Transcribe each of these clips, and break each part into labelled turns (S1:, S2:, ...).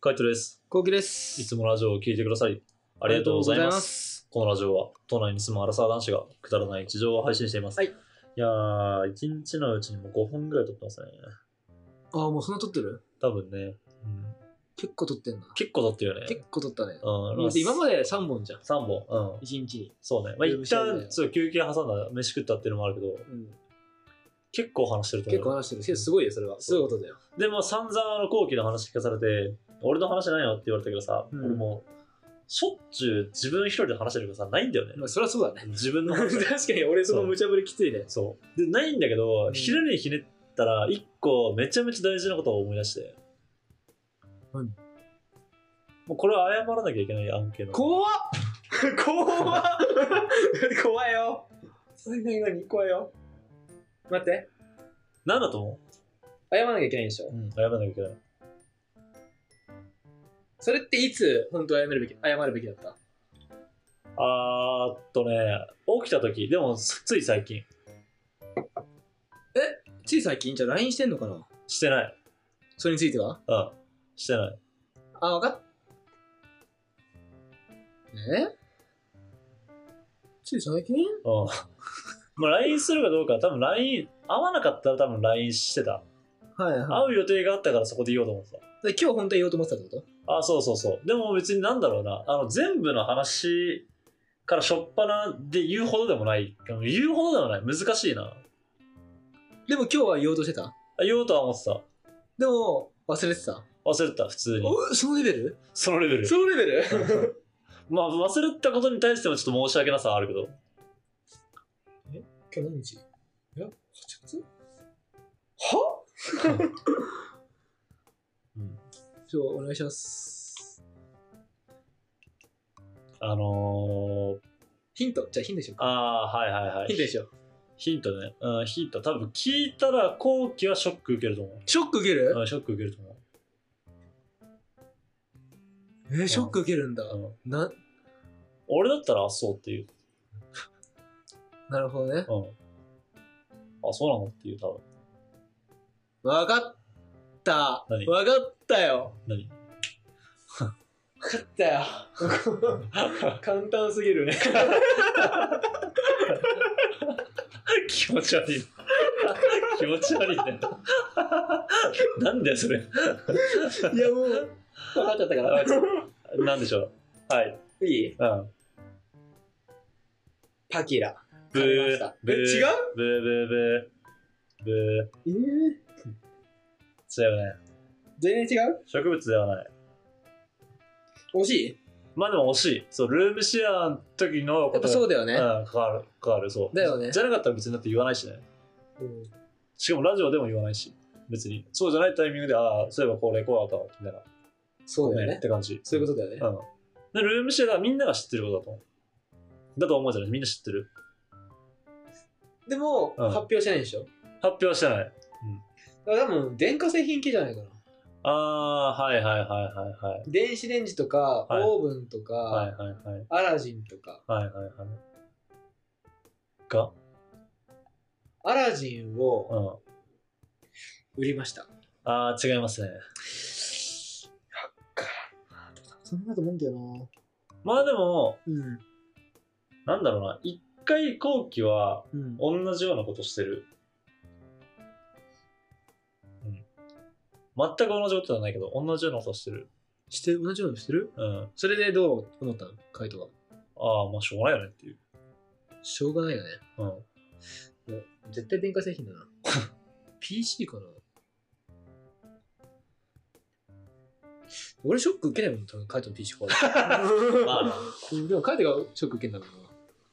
S1: カイトです。
S2: こうきで
S1: い
S2: す。
S1: つもラジオを聞いてくださり、ありがとうございます。
S2: す。
S1: このラジオは、都内に住むアラサー男子がくだらない日常を配信しています。
S2: はい
S1: いやー、1日のうちにもう5本ぐらい撮ってますね。
S2: ああ、もうそんな撮ってる
S1: 多分ね、うん、
S2: 結構撮ってんな。
S1: 結構撮ってるよね。
S2: 結構撮ったね。
S1: うん、
S2: だって今まで3本じゃん。
S1: 3本。うん。
S2: 1日に。
S1: そうね。まあ、
S2: ルー
S1: 一
S2: ムシェアだよ
S1: 旦、そう、休憩挟んだ飯食ったっていうのもあるけど、
S2: うん、
S1: 結構話してると思う。
S2: 結構話してる。けどすごいよ、それは。すごいことだよ。
S1: でも散々あの後期の話聞かされて俺の話ないよって言われたけどさ、
S2: うん
S1: 俺もしょっちゅう自分一人で話してるけどさないんだよね、
S2: まあ、そりゃそうだね。
S1: 自分の
S2: 確
S1: 話
S2: かに俺その無茶ぶりきついね。
S1: そうでないんだけど、
S2: うん
S1: ひねりひねったら一個めちゃめちゃ大事なことを思い出して
S2: 何
S1: もうこれは謝らなきゃいけない案件なの
S2: 怖っ 怖っ怖いよ。何何何怖いよ。待って。
S1: 何だと思
S2: 謝らなきゃいけないんでしょ
S1: う、。謝らなきゃいけない
S2: それっていつ本当謝るべき、謝るべきだった
S1: あーっとね起きた時でもつい最近
S2: つい最近じゃあ LINE してんのかな
S1: してない
S2: それについては
S1: うん してない
S2: あ、わかっ。えつい最近
S1: うん。まあ LINE するかどうか、多分 LINE、会わなかったら多分 LINE してた。
S2: はいはい。
S1: 会う予定があったからそこで言おうと思って
S2: で今日本当は言おうと思ってたってこと
S1: た。あ、そうそうそう。でも別になんだろうな、あの、全部の話からしょっぱなで言うほどでもない。言うほどでもない。難しいな。
S2: でも今日は言おうとしてた
S1: あ言おうとは思ってた。
S2: でも忘れてた
S1: 忘れてた、普通に。
S2: おそのレベル
S1: そのレベル。
S2: のレベル
S1: まあ、忘れてたことに対してもちょっと申し訳なさはあるけど。
S2: 今日何日いや、8月は
S1: うん
S2: 今日お願いします。
S1: あのー、
S2: ヒント、じゃあヒントでしょうか。
S1: あー、はいはいはい。
S2: ヒントでしょう。
S1: ヒントね。うん、ヒント。多分聞いたら、後期はショック受けると思う。
S2: ショック受ける
S1: うん、ショック受けると思う。
S2: えーショック受けるんだ。
S1: うん
S2: な、
S1: 俺だったらあそうっていう、
S2: なるほどね。
S1: うん、あそうなのっていう多分
S2: わかった。
S1: 何
S2: わかったよ。
S1: 何
S2: 勝った よ簡単すぎるね
S1: 気持ち悪い気持ち悪いねなんだよそれ
S2: いやもう分かっちゃったか
S1: わかっちゃなんでしょうはい、
S2: いい
S1: うん、
S2: パキラ
S1: ブ
S2: わかりまし
S1: ー
S2: た
S1: ブー
S2: え違う
S1: ブーブーブーブー
S2: えー、
S1: 違うね
S2: 全然違う
S1: 植物ではない
S2: 惜しい
S1: まあでも惜しいそうルームシェアの時のこ
S2: やっぱ
S1: と
S2: そうだよね、
S1: うん、かかるかかるそう
S2: だよね
S1: じゃなかったら別にだって言わないしね
S2: うん
S1: しかもラジオでも言わないし別にそうじゃないタイミングでああそういえばこれこうだったわみたいな
S2: そうだよ
S1: っ
S2: ね
S1: て感じ。
S2: そういうことだよね、
S1: うん。で、ルームシェアがみんなが知ってることだと思う。だと思うじゃないみんな知ってる。
S2: でも、
S1: うん
S2: 発表してないでしょ
S1: 発表はしてない。
S2: だから多分電化製品系じゃないかな
S1: ああ、はいはいはいはいはい。
S2: 電子レンジとか、
S1: はい
S2: オーブンとか、
S1: はいはいはい。
S2: アラジンとか
S1: はいはいはい。が
S2: アラジンを
S1: うん。
S2: 売りました、
S1: ああ、違いますね。
S2: そんなと思うんだよな
S1: まあでも、
S2: うん
S1: なんだろうな。一回後期は
S2: うん
S1: 同じようなことしてる。うん。全く同じことではないけど、同じようなことしてる。
S2: して同じようにしてる
S1: うん。
S2: それでどう思ったのカイトは
S1: ああ、まあしょうがないよねっていう。
S2: しょうがないよね
S1: うん。
S2: 絶対電化製品だな。PC かな俺ショック受けないもん、多分カイトの PC これ。
S1: まあな
S2: でもカイトがショック受けんだろう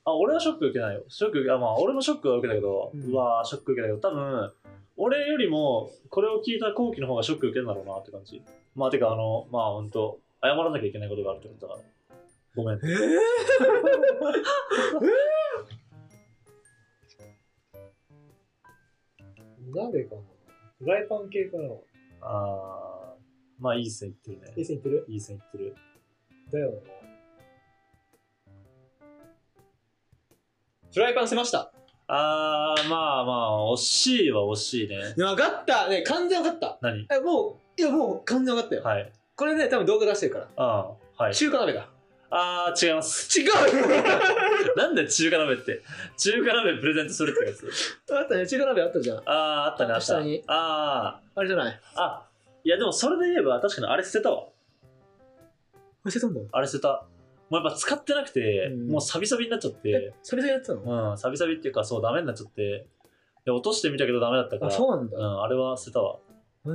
S1: あ、俺はショック受けないよ。ショック受け、あ、まあ、俺もショックは受けたけど、
S2: う
S1: うんわーショック受けたけど、多分、俺よりも、これを聞いた後期の方がショック受けるんだろうなって感じ。まあ、てか、あの、まあ、ほんと、謝らなきゃいけないことがあるってことだから。ご めん。
S2: な。えぇ、鍋かなフライパン系かな
S1: あー、まあ、いい線いってるね。
S2: 先行ってる
S1: いい線いってる。
S2: だよな。フライパンせました
S1: あー、まあまあ、惜しいは惜しいね。
S2: 分かったね完全分かった
S1: 何
S2: え、もう、いや、もう完全分かったよ。
S1: はい。
S2: これね、多分動画出してるから。
S1: ああ、はい。
S2: 中華鍋だ。
S1: あー、違います。
S2: 違う
S1: なんで中華鍋って。中華鍋プレゼントするってやつ。
S2: あったね、中華鍋あったじゃん。
S1: ああ、あったね、あった
S2: 下に。
S1: あ
S2: あれじゃない。
S1: あ、あ、いやでもそれで言えば確かにあれ捨てたわ。
S2: 忘れたんだよ。
S1: あれ捨てた。もうやっぱ使ってなくて、
S2: うん
S1: もうサビサビになっちゃって、
S2: 久々にやってたの
S1: うん、サビサビっていうかそうダメになっちゃって、で落としてみたけどダメだったか
S2: あ、
S1: ら、
S2: そうなんだ。
S1: うん、あれは捨てたわ。
S2: へえ。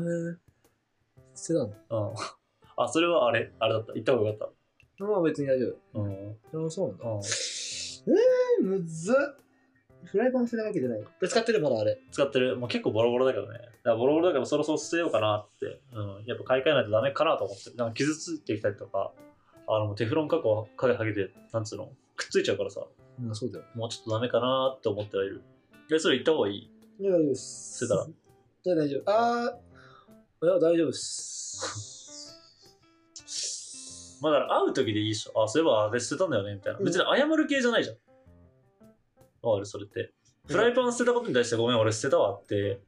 S2: 捨てたの
S1: うん。 あ、それはあれ、あれだった。言った方がよかっ
S2: まあ別に大丈
S1: た。うん。うん。
S2: 夫。あそうなんだ。え、むずっ。フライパン捨てたわけじゃない。使ってるまだあれ。
S1: 使ってる。もう結構ボロボロだけどね。だからボロボロだけどそろそろ捨てようかなって。うん。やっぱ買い替えないとダメかなと思ってる。なんか傷ついてきたりとか、あの、テフロン加工、影剥げて、なんつうの、くっついちゃうからさ、
S2: うん、そうだよ。
S1: もうちょっとダメかなって思ってはいる。で、それ言った方がいい。
S2: いや、大丈夫です。
S1: 捨てたら
S2: じゃあ大丈夫。あー、いや、大丈夫 です。
S1: まあだから会う時でいいでしょ。あ、そういえばあれ捨てたんだよね、みたいな。
S2: うん
S1: 別に謝る系じゃないじゃん。わかるそれって。フライパン捨てたことに対してごめん、俺捨てたわって、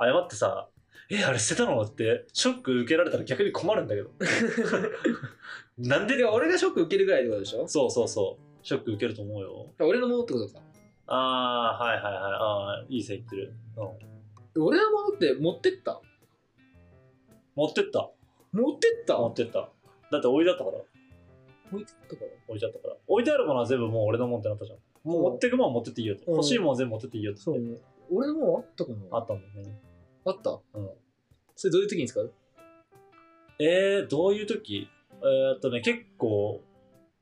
S1: 謝ってさ、え、あれ捨てたのって、ショック受けられたら逆に困るん だけど。なんで
S2: で、俺がショック受けるぐらいってことでしょ
S1: そうそうそう。ショック受けると思うよ。
S2: 俺のものってことか。
S1: ああ、はいはいはい。ああ、いい線いってる。うん。
S2: 俺のものって持ってった
S1: 持ってった。
S2: 持ってった
S1: 持ってった。だって置いてあったから。
S2: 置いてったから。
S1: 置いてあったから。置いてあるものは全部もう俺のもんってなったじゃん。もう持ってくもんは持ってっていいよと。
S2: うん
S1: 欲しいもんは全部持ってっていいよと。
S2: そうね。俺のものあったか
S1: あ
S2: な
S1: ったんだよね。
S2: あった
S1: うん。
S2: それどういう時に使う
S1: えー、どういう時えー、っとね、結構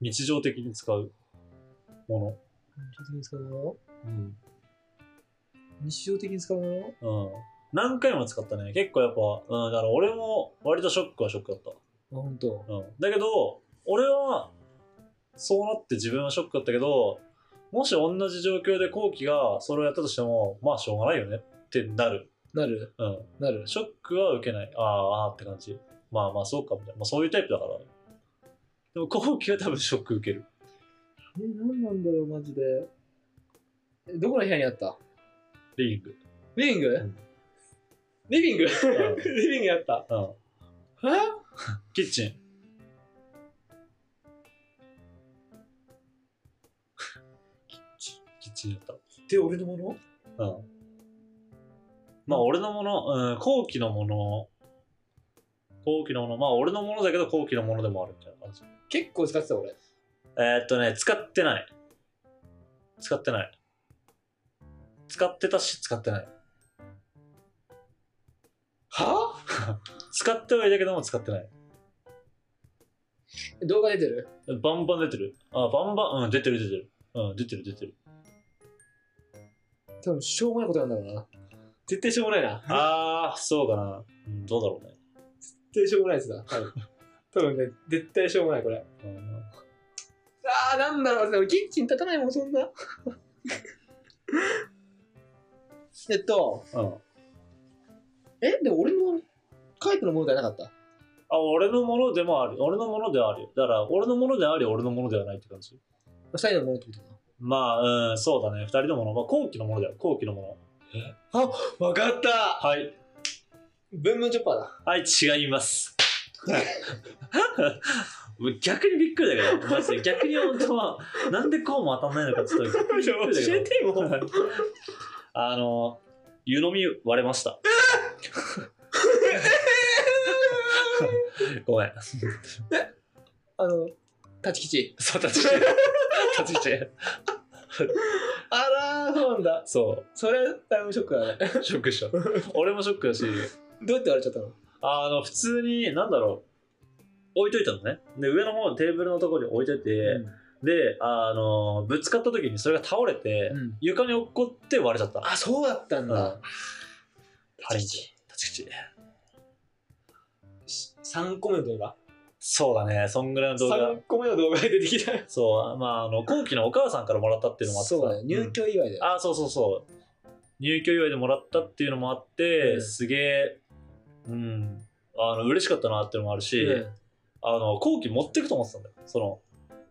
S1: 日常的に使うも
S2: 日常的に使うも
S1: の。うん。
S2: の日常的に使うも
S1: う
S2: の
S1: ん。何回も使ったね。結構やっぱ、うん、だから俺も割とショックはショックだった。
S2: あ、ほんと。
S1: うん、だけど俺はそうなって自分はショックだったけどもし同じ状況で後期がそれをやったとしてもまあしょうがないよねってなる、
S2: なる
S1: うん、
S2: なる。
S1: ショックは受けないあーあーって感じまあまあそうかみたいな、まあ、そういうタイプだからでも後期は多分ショック受ける
S2: え、なんなんだろう、マジで。えどこの部屋にあった
S1: リング、
S2: リビング、
S1: ん
S2: リビング
S1: う
S2: リビングにあった。
S1: んうん、
S2: え
S1: キッチンキッチンやった
S2: で、俺のもの
S1: うん。まあ、俺のもの、うん、後期のもの、後期のもの、まあ、俺のものだけど後期のものでもあるみたいな感じ。
S2: 結構使ってた、俺。
S1: えーっとね、使ってない。使ってない。使ってたし、使ってない。
S2: は
S1: 使ってはいたけども使ってない。
S2: 動画出てる
S1: バンバン出てる。あ、バンバン、うん、出てる出てる。うん、出てる出てる。
S2: 多分、しょうもないことなんだろうな。絶対しょうもないな。絶
S1: あー、そうかな。うん、どうだろうね。
S2: 対しょうもないやつだ。
S1: はい
S2: 多分ね、絶対しょうもない、これ。
S1: うん
S2: あー、なんだろう、でもキッチン立たないもん、そんな。 えっと、
S1: うん。
S2: え、でも俺のカイプのものじゃなかった。
S1: あ、俺のものでもある。俺のものではあるよ。だから、俺のものであり、俺のものではないって感じ。
S2: サイドのものってこと
S1: まあ、うん、そうだね。二人のもの。まあ、後期のものだよ。後期のも
S2: だ。わかった
S1: の。はい。
S2: ブンブンチョッパーだ。
S1: はい、違います。逆にびっくりだけど、マジで。逆に本当は、なんでこうも当たんないのか、ちょっとびっくりだけど。
S2: てよ。
S1: あの、湯飲み割れました。ごめん。
S2: あの、立ち吉。
S1: そう、立ち位置。立ち位置。
S2: あらー、そうなんだ。
S1: そ
S2: それ、だいぶショックだね。
S1: う、ショックでしょ。俺もショックだし、
S2: どうやって割れちゃったの
S1: あの、普通に、なんだろう、置いといたのね。で、上の方のテーブルのところに置いといて、で、あの、ぶつかった時にそれが倒れて、
S2: うん
S1: 床に落っこって割れちゃった。
S2: あ、そうだったん
S1: うん。
S2: だ
S1: あ。れに、立ち口。
S2: 立ち口。3個目の動画
S1: そうだね、そんぐらいの動画。
S2: ?3 個目の動画が出てきた。
S1: そう、まあ、あの、後期のお母さんからもらったっていうのもあってさ
S2: そうだね。入居祝いだよ。
S1: あそうそうそう入居祝いでもらったっていうのもあって、
S2: うん
S1: すげえうんあの嬉しかったなっていうのもあるし、
S2: うん
S1: あの後期持ってくと思ってたんだよその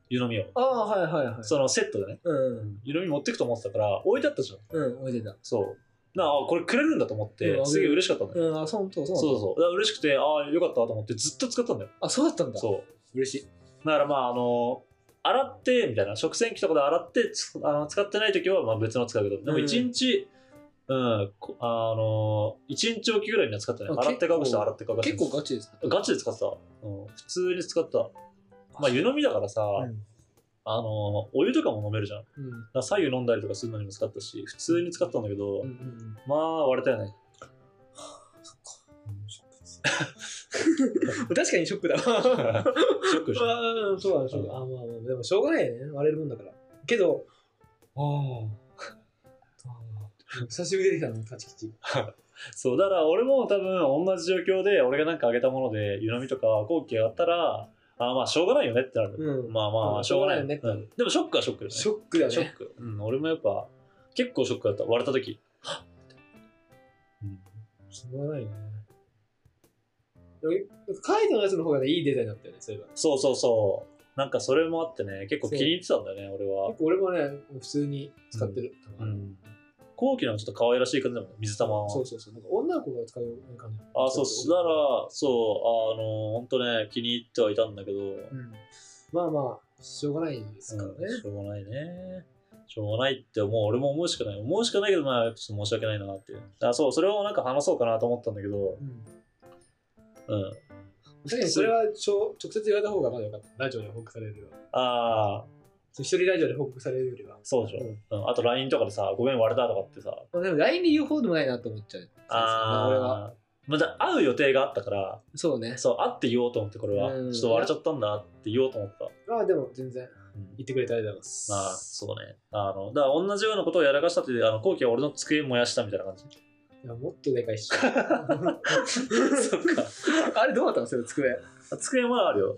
S1: 湯飲みを、
S2: ああ、はいはいはい。
S1: そのセットでね
S2: うん。
S1: 湯飲み持ってくと思ってたから置いてあったじゃん
S2: うん、置いてた。
S1: そうなあこれくれるんだと思っ
S2: う
S1: て
S2: ん
S1: すげえ嬉しかったんだよ、
S2: うん、あ、そう、そう、そうなんだ
S1: そうそうそうだから嬉しくてああよかったと思ってずっと使ったんだよ
S2: あ、そうだったんだ。
S1: そう
S2: 嬉しい。
S1: だからまああの洗ってみたいな食洗機とかで洗ってつあの使ってない時はまあ別の使うけどでも
S2: うん
S1: 1日、うんこあの1日おきぐらいには使ってない
S2: あ
S1: 洗って乾かして
S2: 結構
S1: 洗って乾かして
S2: 結構ガチです。
S1: ガチで使ってた、うん、普通に使ってたまあ湯飲みだからさ、
S2: うん
S1: あのお湯とかも飲めるじゃんだか
S2: うん。
S1: ら左右飲んだりとかするのにも使ったし普通に使ったんだけど、
S2: うんうんうん。
S1: まあ割れたよね
S2: 確かにショックだわ。
S1: ショックで しょ
S2: ああ、そうなんでしょう。あーまあまあ、でもしょうがないよね。割れるもんだから。けど、ああ。久しぶりに出てきたの、立ち吉。
S1: そう、だから俺も多分同じ状況で、俺がなんかあげたもので、湯飲みとか後期があったら、あまあしょうがないよねってなる。
S2: うん。
S1: まあま
S2: う
S1: あ、
S2: ん
S1: しょうがない
S2: しょうが
S1: う
S2: ないよね
S1: んでもショックはショックだよね。
S2: ショックだ
S1: ショッ
S2: ね。
S1: ク。うん、俺もやっぱ、結構ショックだった。割れた時。うん
S2: しょうがないね。でもカイトのやつの方がね、いいデザインだったよね、そういえば。
S1: そうそうそう。なんかそれもあってね、結構気に入ってたんだよね、俺は
S2: 結。構俺もね、普通に使ってる。
S1: うん。後期のちょっと可愛らしい感じだもんね、水玉は。
S2: そうそうそう。なんか女の子が使う感じ。
S1: あ、そうっす。だから、そう、あの、ほんとね、気に入ってはいたんだけど、
S2: うんまあまあ、しょうがないですからね。
S1: うんしょうがないね。しょうがないって、もう俺も思うしかない。思うしかないけど、まあ、ちょっと申し訳ないなっていう。あ、そう、それをなんか話そうかなと思ったんだけど、
S2: うん
S1: うん。
S2: 確かにそれはちょ直接言われた方がまだよかった。ラジオで報告されるよりは。
S1: ああ、
S2: 一人ラジオで報告されるよりは。
S1: そうでしょ。
S2: ん
S1: うん、あと LINE とかでさ、ごめん、割れたとかってさ、
S2: まあでも LINE で言う方でもないなと思っちゃう。
S1: あ
S2: 俺は。
S1: あ、まだ会う予定があったから、
S2: そうね。
S1: そう、会って言おうと思って、これは、
S2: うん
S1: ちょっと割れちゃったんだって言おうと思った。
S2: まあでも全然
S1: うん
S2: 言ってくれてありがとうございます。
S1: まあ、そうね。あの、だから同じようなことをやらかしたって、あの、後期は俺の机燃やしたみたいな感じ。
S2: いやもっとでかいっしょ。
S1: そっか。
S2: あれどうだったのそれ机。
S1: あ机まだあるよ。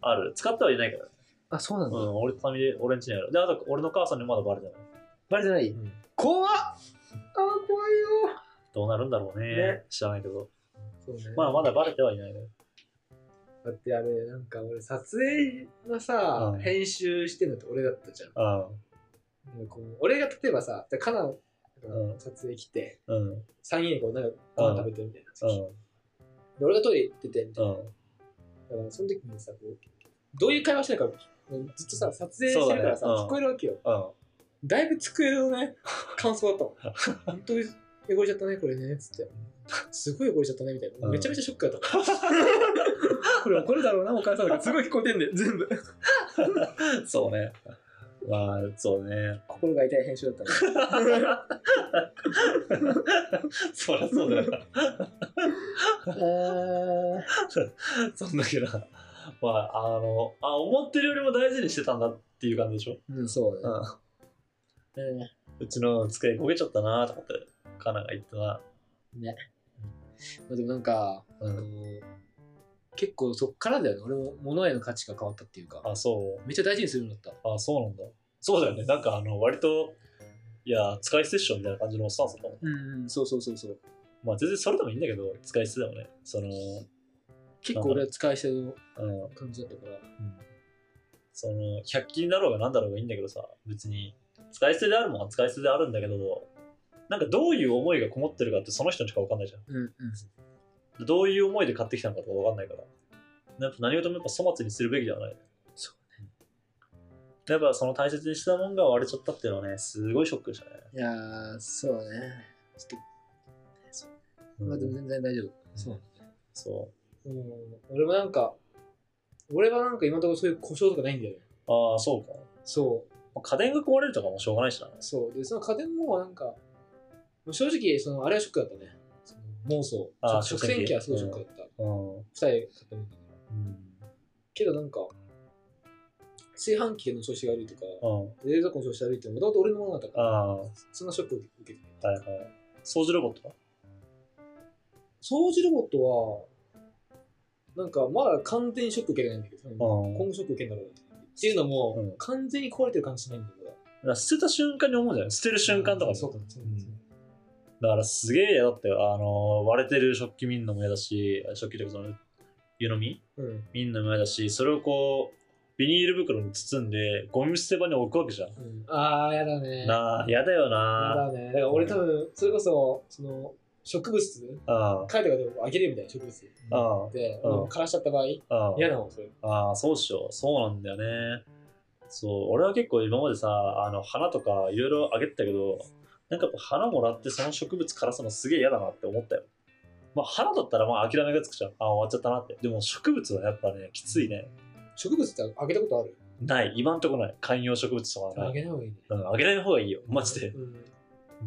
S1: ある。使ってはいないから。
S2: あ、そうなん
S1: う
S2: だ。
S1: ん、俺、畳で、俺んちにある。で、あと、俺の母さんにまだバレてない。
S2: バレてない怖っあー、怖いよ。
S1: どうなるんだろうね。
S2: ね
S1: 知らないけど。
S2: そうね。
S1: まあ、まだバレてはいないね。
S2: だってあれ、なんか俺、撮影のさ、
S1: うん
S2: 編集してるのって俺だったじゃん。
S1: うん。
S2: なんかこう俺が例えばさ、じゃあカナが
S1: うん
S2: 撮影来て、
S1: うん。
S2: 3人でこう、なんかご飯食べてるみたいな
S1: う
S2: 時、
S1: ん。
S2: で俺がトイレ行ってて、みた
S1: う
S2: いな。
S1: ん。
S2: だからその時にさ、こうどういう会話してるか、ずっとさ、撮影してるから
S1: そ
S2: さ、
S1: うだねうん
S2: 聞こえるわけよ。
S1: うん。
S2: だいぶ机のね、感想だったもん。本当に汚れちゃったね、これね、つって。すごい汚れちゃったね、みたいな。
S1: うん
S2: めちゃめちゃショックだったもん。 これ怒るだろうな、お母さんとか。すごい聞こえてんで、全部。
S1: そうね。まあ、そうね。
S2: 心が痛い編集だったね。
S1: そりゃそうだよな。
S2: あ
S1: そんだけな。まあ、あの、あ、思ってるよりも大事にしてたんだっていう感じでしょ。
S2: ーうん、そうだね。
S1: う
S2: うん
S1: ん。うちの机焦げちゃったなと思って、カナが言ってたな。
S2: まあでもなんか、
S1: う
S2: あの。ー結構そっからだよね。俺も物への価値が変わったっていうか、
S1: あ、そう。
S2: めっちゃ大事にするようになっ
S1: あ、そうなんだ。そうだよね。なんか、あの、割と、いや、使い捨てっしょみたいな感じのおっさんだったもん。
S2: た。うん、うん、そうそうそうそう。
S1: まあ、全然それでもいいんだけど、使い捨てだよね。その、
S2: 結構俺は使い捨ての
S1: うん。
S2: 感じだったから。
S1: その、100均だろうが何だろうがいいんだけどさ、別に、使い捨てであるもんは使い捨てであるんだけど、なんかどういう思いがこもってるかってその人にしかわかんないじゃん。
S2: うんうん。
S1: どういう思いで買ってきたのかとかわかんないから。やっぱ何事もやっぱ粗末にするべきではない。
S2: そ
S1: やっぱその大切にしたもんが割れちゃったっていうのはね、すごいショックでしたね。
S2: いやー、そうね。ちょっ
S1: う
S2: と、
S1: ん
S2: まあでも全然大丈夫。。
S1: そうそ
S2: うん、俺もなんか、俺はなんか今のところそういう故障とかないんだよね。
S1: う。ああ、そうか。
S2: そう。
S1: まあ家電が壊れるとかもしょうがないしな。
S2: そう。で、その家電もなんか、もう正直、その、あれはショックだったね。その妄想。
S1: あー
S2: 食
S1: 食洗機
S2: 洗機はすごいショックだった。
S1: うん。う
S2: 二重買ったみたいな。
S1: ん。
S2: けどなんか、炊飯器の調子が悪いとか、
S1: うん。
S2: 冷蔵庫の調子悪いってもともと俺のものだった
S1: あ
S2: から、
S1: あ、はい
S2: そんなショックを受けてない。
S1: はい。掃除ロボットは
S2: 掃除ロボットは、なんかまだ完全にショック受けてないんだけど、今
S1: うん。
S2: 後ショック受けるんだろうなって。っていうのも、
S1: うん
S2: 完全に壊れてる感じしないんだけど。
S1: だから捨てた瞬間に思うじゃない捨てる瞬間とかね
S2: そうか、そうか。そうか
S1: だからすげえ嫌だったよ。あの、割れてる食器見んのも嫌だし、食器というかその、湯飲み
S2: うん。
S1: 見んのも嫌だし、それをこう、ビニール袋に包んで、ゴミ捨て場に置くわけじゃん。
S2: うんああ、やだね。
S1: なあ、やだよ
S2: や
S1: な
S2: だね。だから俺多分、それこそ、その、植物、
S1: あ。
S2: 貝とかでもあげるみたいな植物。
S1: うん。うん。
S2: で、
S1: うん
S2: 枯らしちゃった場合、
S1: うん。
S2: 嫌なの、それ。
S1: ああ、そうっしよう。そうなんだよね。そう、俺は結構今までさ、あの、花とかいろいろあげてたけど、なんかやっぱ花もらってその植物枯らすのすげえ嫌だなって思ったよ。まあ花だったらまあ諦めがつくじゃん。あ終わっちゃったなって。でも植物はやっぱね、きついね。
S2: 植物ってあげたことある
S1: ない。今んとこない。観葉植物とかはな
S2: あ
S1: い。
S2: げない方がいいね。
S1: うん、あげない方がいいよ。マジで。
S2: うん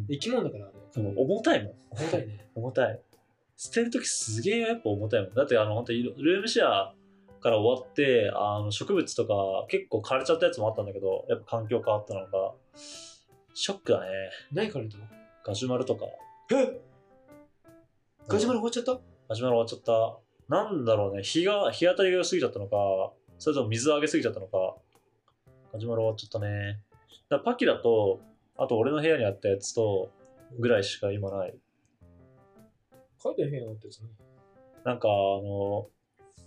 S2: 生き物だからね。
S1: うん重たいもん。
S2: 重たいね。
S1: 重たい。捨てるときすげえやっぱ重たいもん。だってあの、本当にルームシェアから終わって、あの植物とか結構枯れちゃったやつもあったんだけど、やっぱ環境変わったのが、ショックだね。
S2: 何からと
S1: ガジュマルとか。
S2: えガジュマ
S1: ル
S2: ル終わっちゃった
S1: ガジュマル終わっちゃった。なんだろうね、日が、日当たりが良すぎちゃったのか、それとも水あげすぎちゃったのか、ガジュマル終わっちゃったね。だからパキだと、あと俺の部屋にあったやつと、ぐらいしか今ない。
S2: 書いてへんよってやつね。
S1: なんか、あの、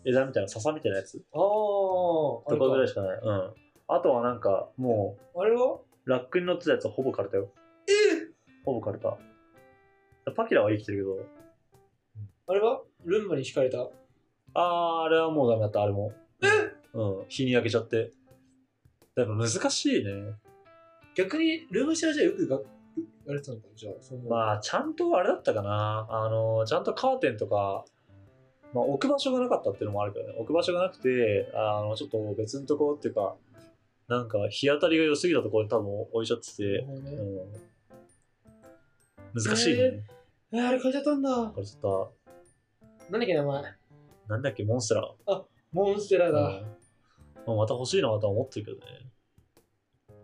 S1: 枝みたいな、笹みたいなやつ。
S2: ああ、あ
S1: と
S2: れ
S1: かぐらい
S2: か
S1: しかない。うん。あとはなんか、も
S2: あれは
S1: う、ラックに乗ってたやつはほぼ枯れたよ。
S2: え
S1: ほぼ枯れた。パキラは生きてるけど、
S2: あれはルンバに惹かれた。
S1: あー、あれはもうダメだった、あれも。
S2: え
S1: うん、日に焼けちゃって。やっぱ難しいね。
S2: 逆にルームシェアじゃよくがやれてたのかじゃあ、その
S1: まあ、ちゃんとあれだったかな。あの、ちゃんとカーテンとか、まあ、置く場所がなかったっていうのもあるけどね。置く場所がなくて、あの、ちょっと別のところっていうか、なんか日当たりが良すぎたところに多分置いちゃって
S2: なる
S1: て、
S2: ほどね
S1: うん、難しいね。
S2: ええーあれ変えちゃったんだ
S1: こ。れちょっ
S2: 何だっけ名前。
S1: と、なんだっけ、モンステラ。
S2: モンステラだ。
S1: まあ、また欲しいなとは思ってるけどね。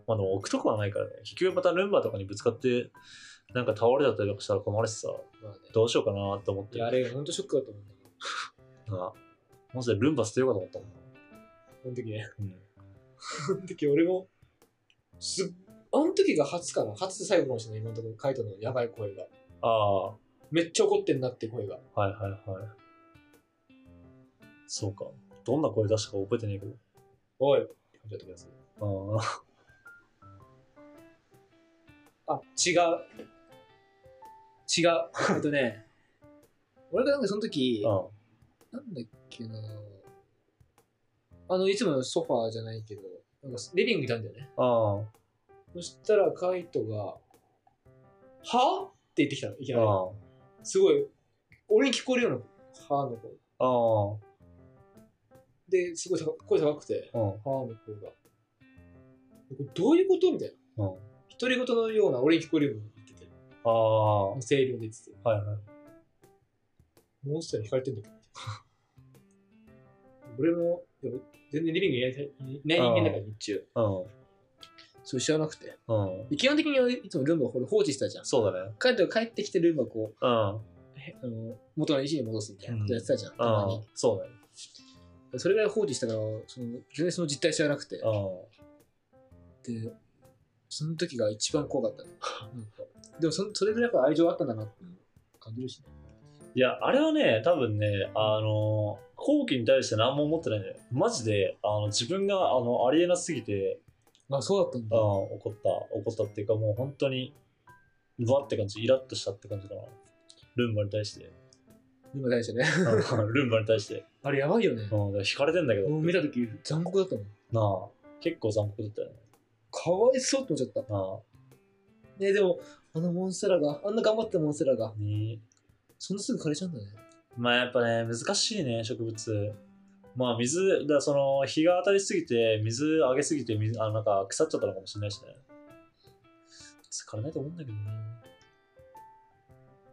S1: まあでも置くとこはないからね。結局またルンバとかにぶつかって、なんか倒れちゃったりとかしたら困るしさ、
S2: まあね
S1: どうしようかなって思っ
S2: い
S1: て
S2: や、あ
S1: る。
S2: れ、ほんとショックだと思うんだけど。
S1: なもしルンバ捨てようかと思ったもんな。
S2: あの時ね。
S1: うん、
S2: あの時俺も、すっあの時が初かな。初で最後かもしれない。今のところ、カイトのやばい声が。
S1: ああ、は
S2: めっちゃ怒ってんなって声が。
S1: いはいはい。そうか。どんな声出したか覚えてないけど。
S2: おいって感じだった気がする。
S1: ああ、
S2: あ、違う。違う。えっとね、 俺がなんかその時、
S1: あ
S2: なんだっけなあの、いつものソファーじゃないけど、なんかリビングいたんだよね。
S1: あ、ああ、
S2: そしたらカイトが、はって言ってきたの、いきなり。
S1: あ
S2: すごい、俺に聞こえるような、はの声。
S1: あ、あ
S2: で、すごい高声高くて、
S1: あ、うん、
S2: はの声が。これどういうことみたいな。
S1: うん。
S2: 独り言のような俺に聞こえるように言ってて、
S1: ああ、は
S2: 声量で言ってて、
S1: いはい。
S2: モンスターに惹かれてんだけど。 俺も、いや全然リビングにいないいない人間だから、日中。
S1: うん、
S2: そう知らなくて。
S1: うん。
S2: で基本的にいつもルンバをこれ放置してたじゃん。
S1: そうだね。
S2: 帰って帰ってきてルンバをこう、
S1: うん。
S2: へあの元の位置に戻すみたいなことやってたじゃん、たま
S1: ああ
S2: に。、
S1: そうだね。
S2: それぐらい放置したから、その全然その実態知らなくて。
S1: あ
S2: で、その時が一番怖かったね。なんかでもそ、それぐらいやっぱ愛情あったんだなって感じるしね。
S1: あ。いや、あれはね、多分ね、あの、後期に対して何も思ってないんだよ。マジで、あの、自分が、あの、ありえなすぎて、
S2: あ、そうだったん
S1: あ
S2: だ。
S1: あ、怒った、怒ったっていうか、もう本当に、うわって感じ、イラッとしたって感じだな。ルンバに対して。
S2: 今大事だね。
S1: うん ルンバに対して。
S2: あれやばいよね。
S1: うん、だから惹かれてんだけど。
S2: もう見た時残酷だったもん。
S1: なあ、結構残酷だったよね。
S2: かわいそうって思っちゃっ
S1: なあ、
S2: た。ねでも、あのモンステラが、あんな頑張ったモンステラが、
S1: に
S2: そんなすぐ枯れちゃうんだね。
S1: まあやっぱね、難しいね、植物。まあ水、だからその、日が当たりすぎて、水あげすぎて、水あなんか腐っちゃったのかもしれないしね。枯れないと思うんだけどね。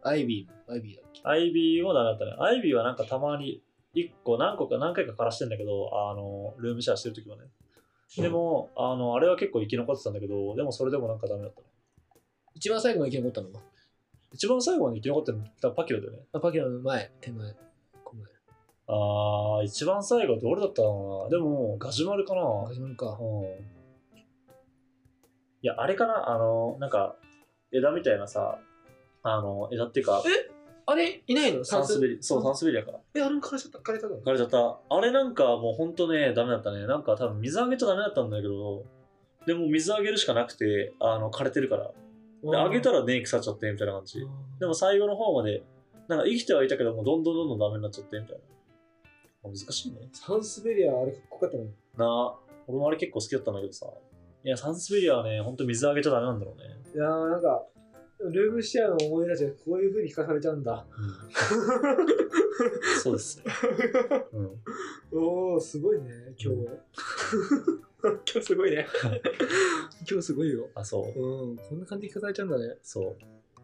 S2: アイビー、アイビーだっけ。
S1: アイビーもダメだったね。アイビーはなんかたまに、一個何個か何回か枯らしてんだけど、あの、ルームシェアしてる時はね。でも、あの、あれは結構生き残ってたんだけど、でもそれでもなんかダメだったね。
S2: 一番最後の生き残ったのが、
S1: 一番最後に生き残ってるのはパキロだよね。
S2: あパキラの前、手前、こ前。
S1: あー、一番最後って俺だったかな。でも、ガジュマルかな。
S2: 始まるか。
S1: うん。いや、あれかなあの、なんか、枝みたいなさ、あの、枝っていうか、
S2: あれ、いないの
S1: サンスベリ、そう、サ
S2: 三
S1: ンスベリアから。
S2: え、あれも枯れちゃった、枯れたの
S1: 抜かれちゃった。あれなんかもうほんとね、ダメだったね。なんか多分水あげちゃダメだったんだけど、でも水あげるしかなくて、あの、枯れてるから。で、あげた
S2: ら、
S1: らね、腐っちゃって、みたいな感じ。で
S2: も、
S1: も最後の方まで、なんか生きてはいたけど、もうどんどんどんどんダメになっちゃって、みたいな。難しいね。
S2: サンスベリア、あれかっこよかったもん。
S1: なあ、俺もあれ結構好きだったんだけどさ。いや、サンスベリアはね、ほんと水あげちゃダメなんだろうね。
S2: いやーなんか、ルームシェアの思い出たちがこういう風に聞かされちゃうんだ。
S1: そうです。うん。
S2: おー、すごいね、今 日。今日すごいね。 今日すごいよ。
S1: あ、そう。
S2: うん、こんな感じで聞かされちゃうんだね。
S1: そう。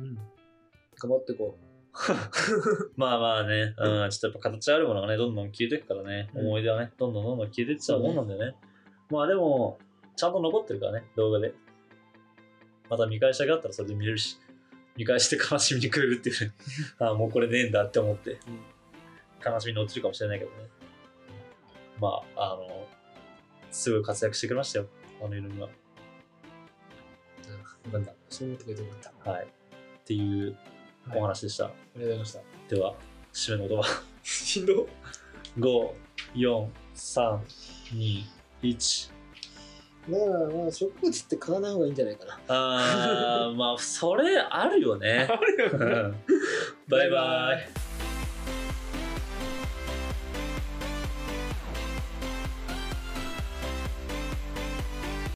S2: うん。頑張ってこ
S1: まあまあね、うん、ちょっとやっぱ形あるものがね、どんどん消えていくからね、
S2: うん
S1: 思い出はね、どんどんどんどん消えていっちゃうもんなんだよね。まあでも、ちゃんと残ってるからね、動画で。また見返したがあったらそれで見れるし、見返して悲しみにくれるっていう ね、ああ、もうこれねえんだって思って、悲しみに落ちるかもしれないけどね。まあ、あの、すごい活躍してくれましたよ、あの犬が。
S2: う。よかった。そう思ってくれてよかった。あ
S1: はい。っていうお話でした。
S2: りがとうございま した。
S1: では、締めの言葉。
S2: しんど。
S1: 5、4、3、2、1。
S2: だから、まあ、植物って買わない方がいいんじゃないかな。
S1: あーまあそれあるよね
S2: あ。るよ
S1: うんバイバイ。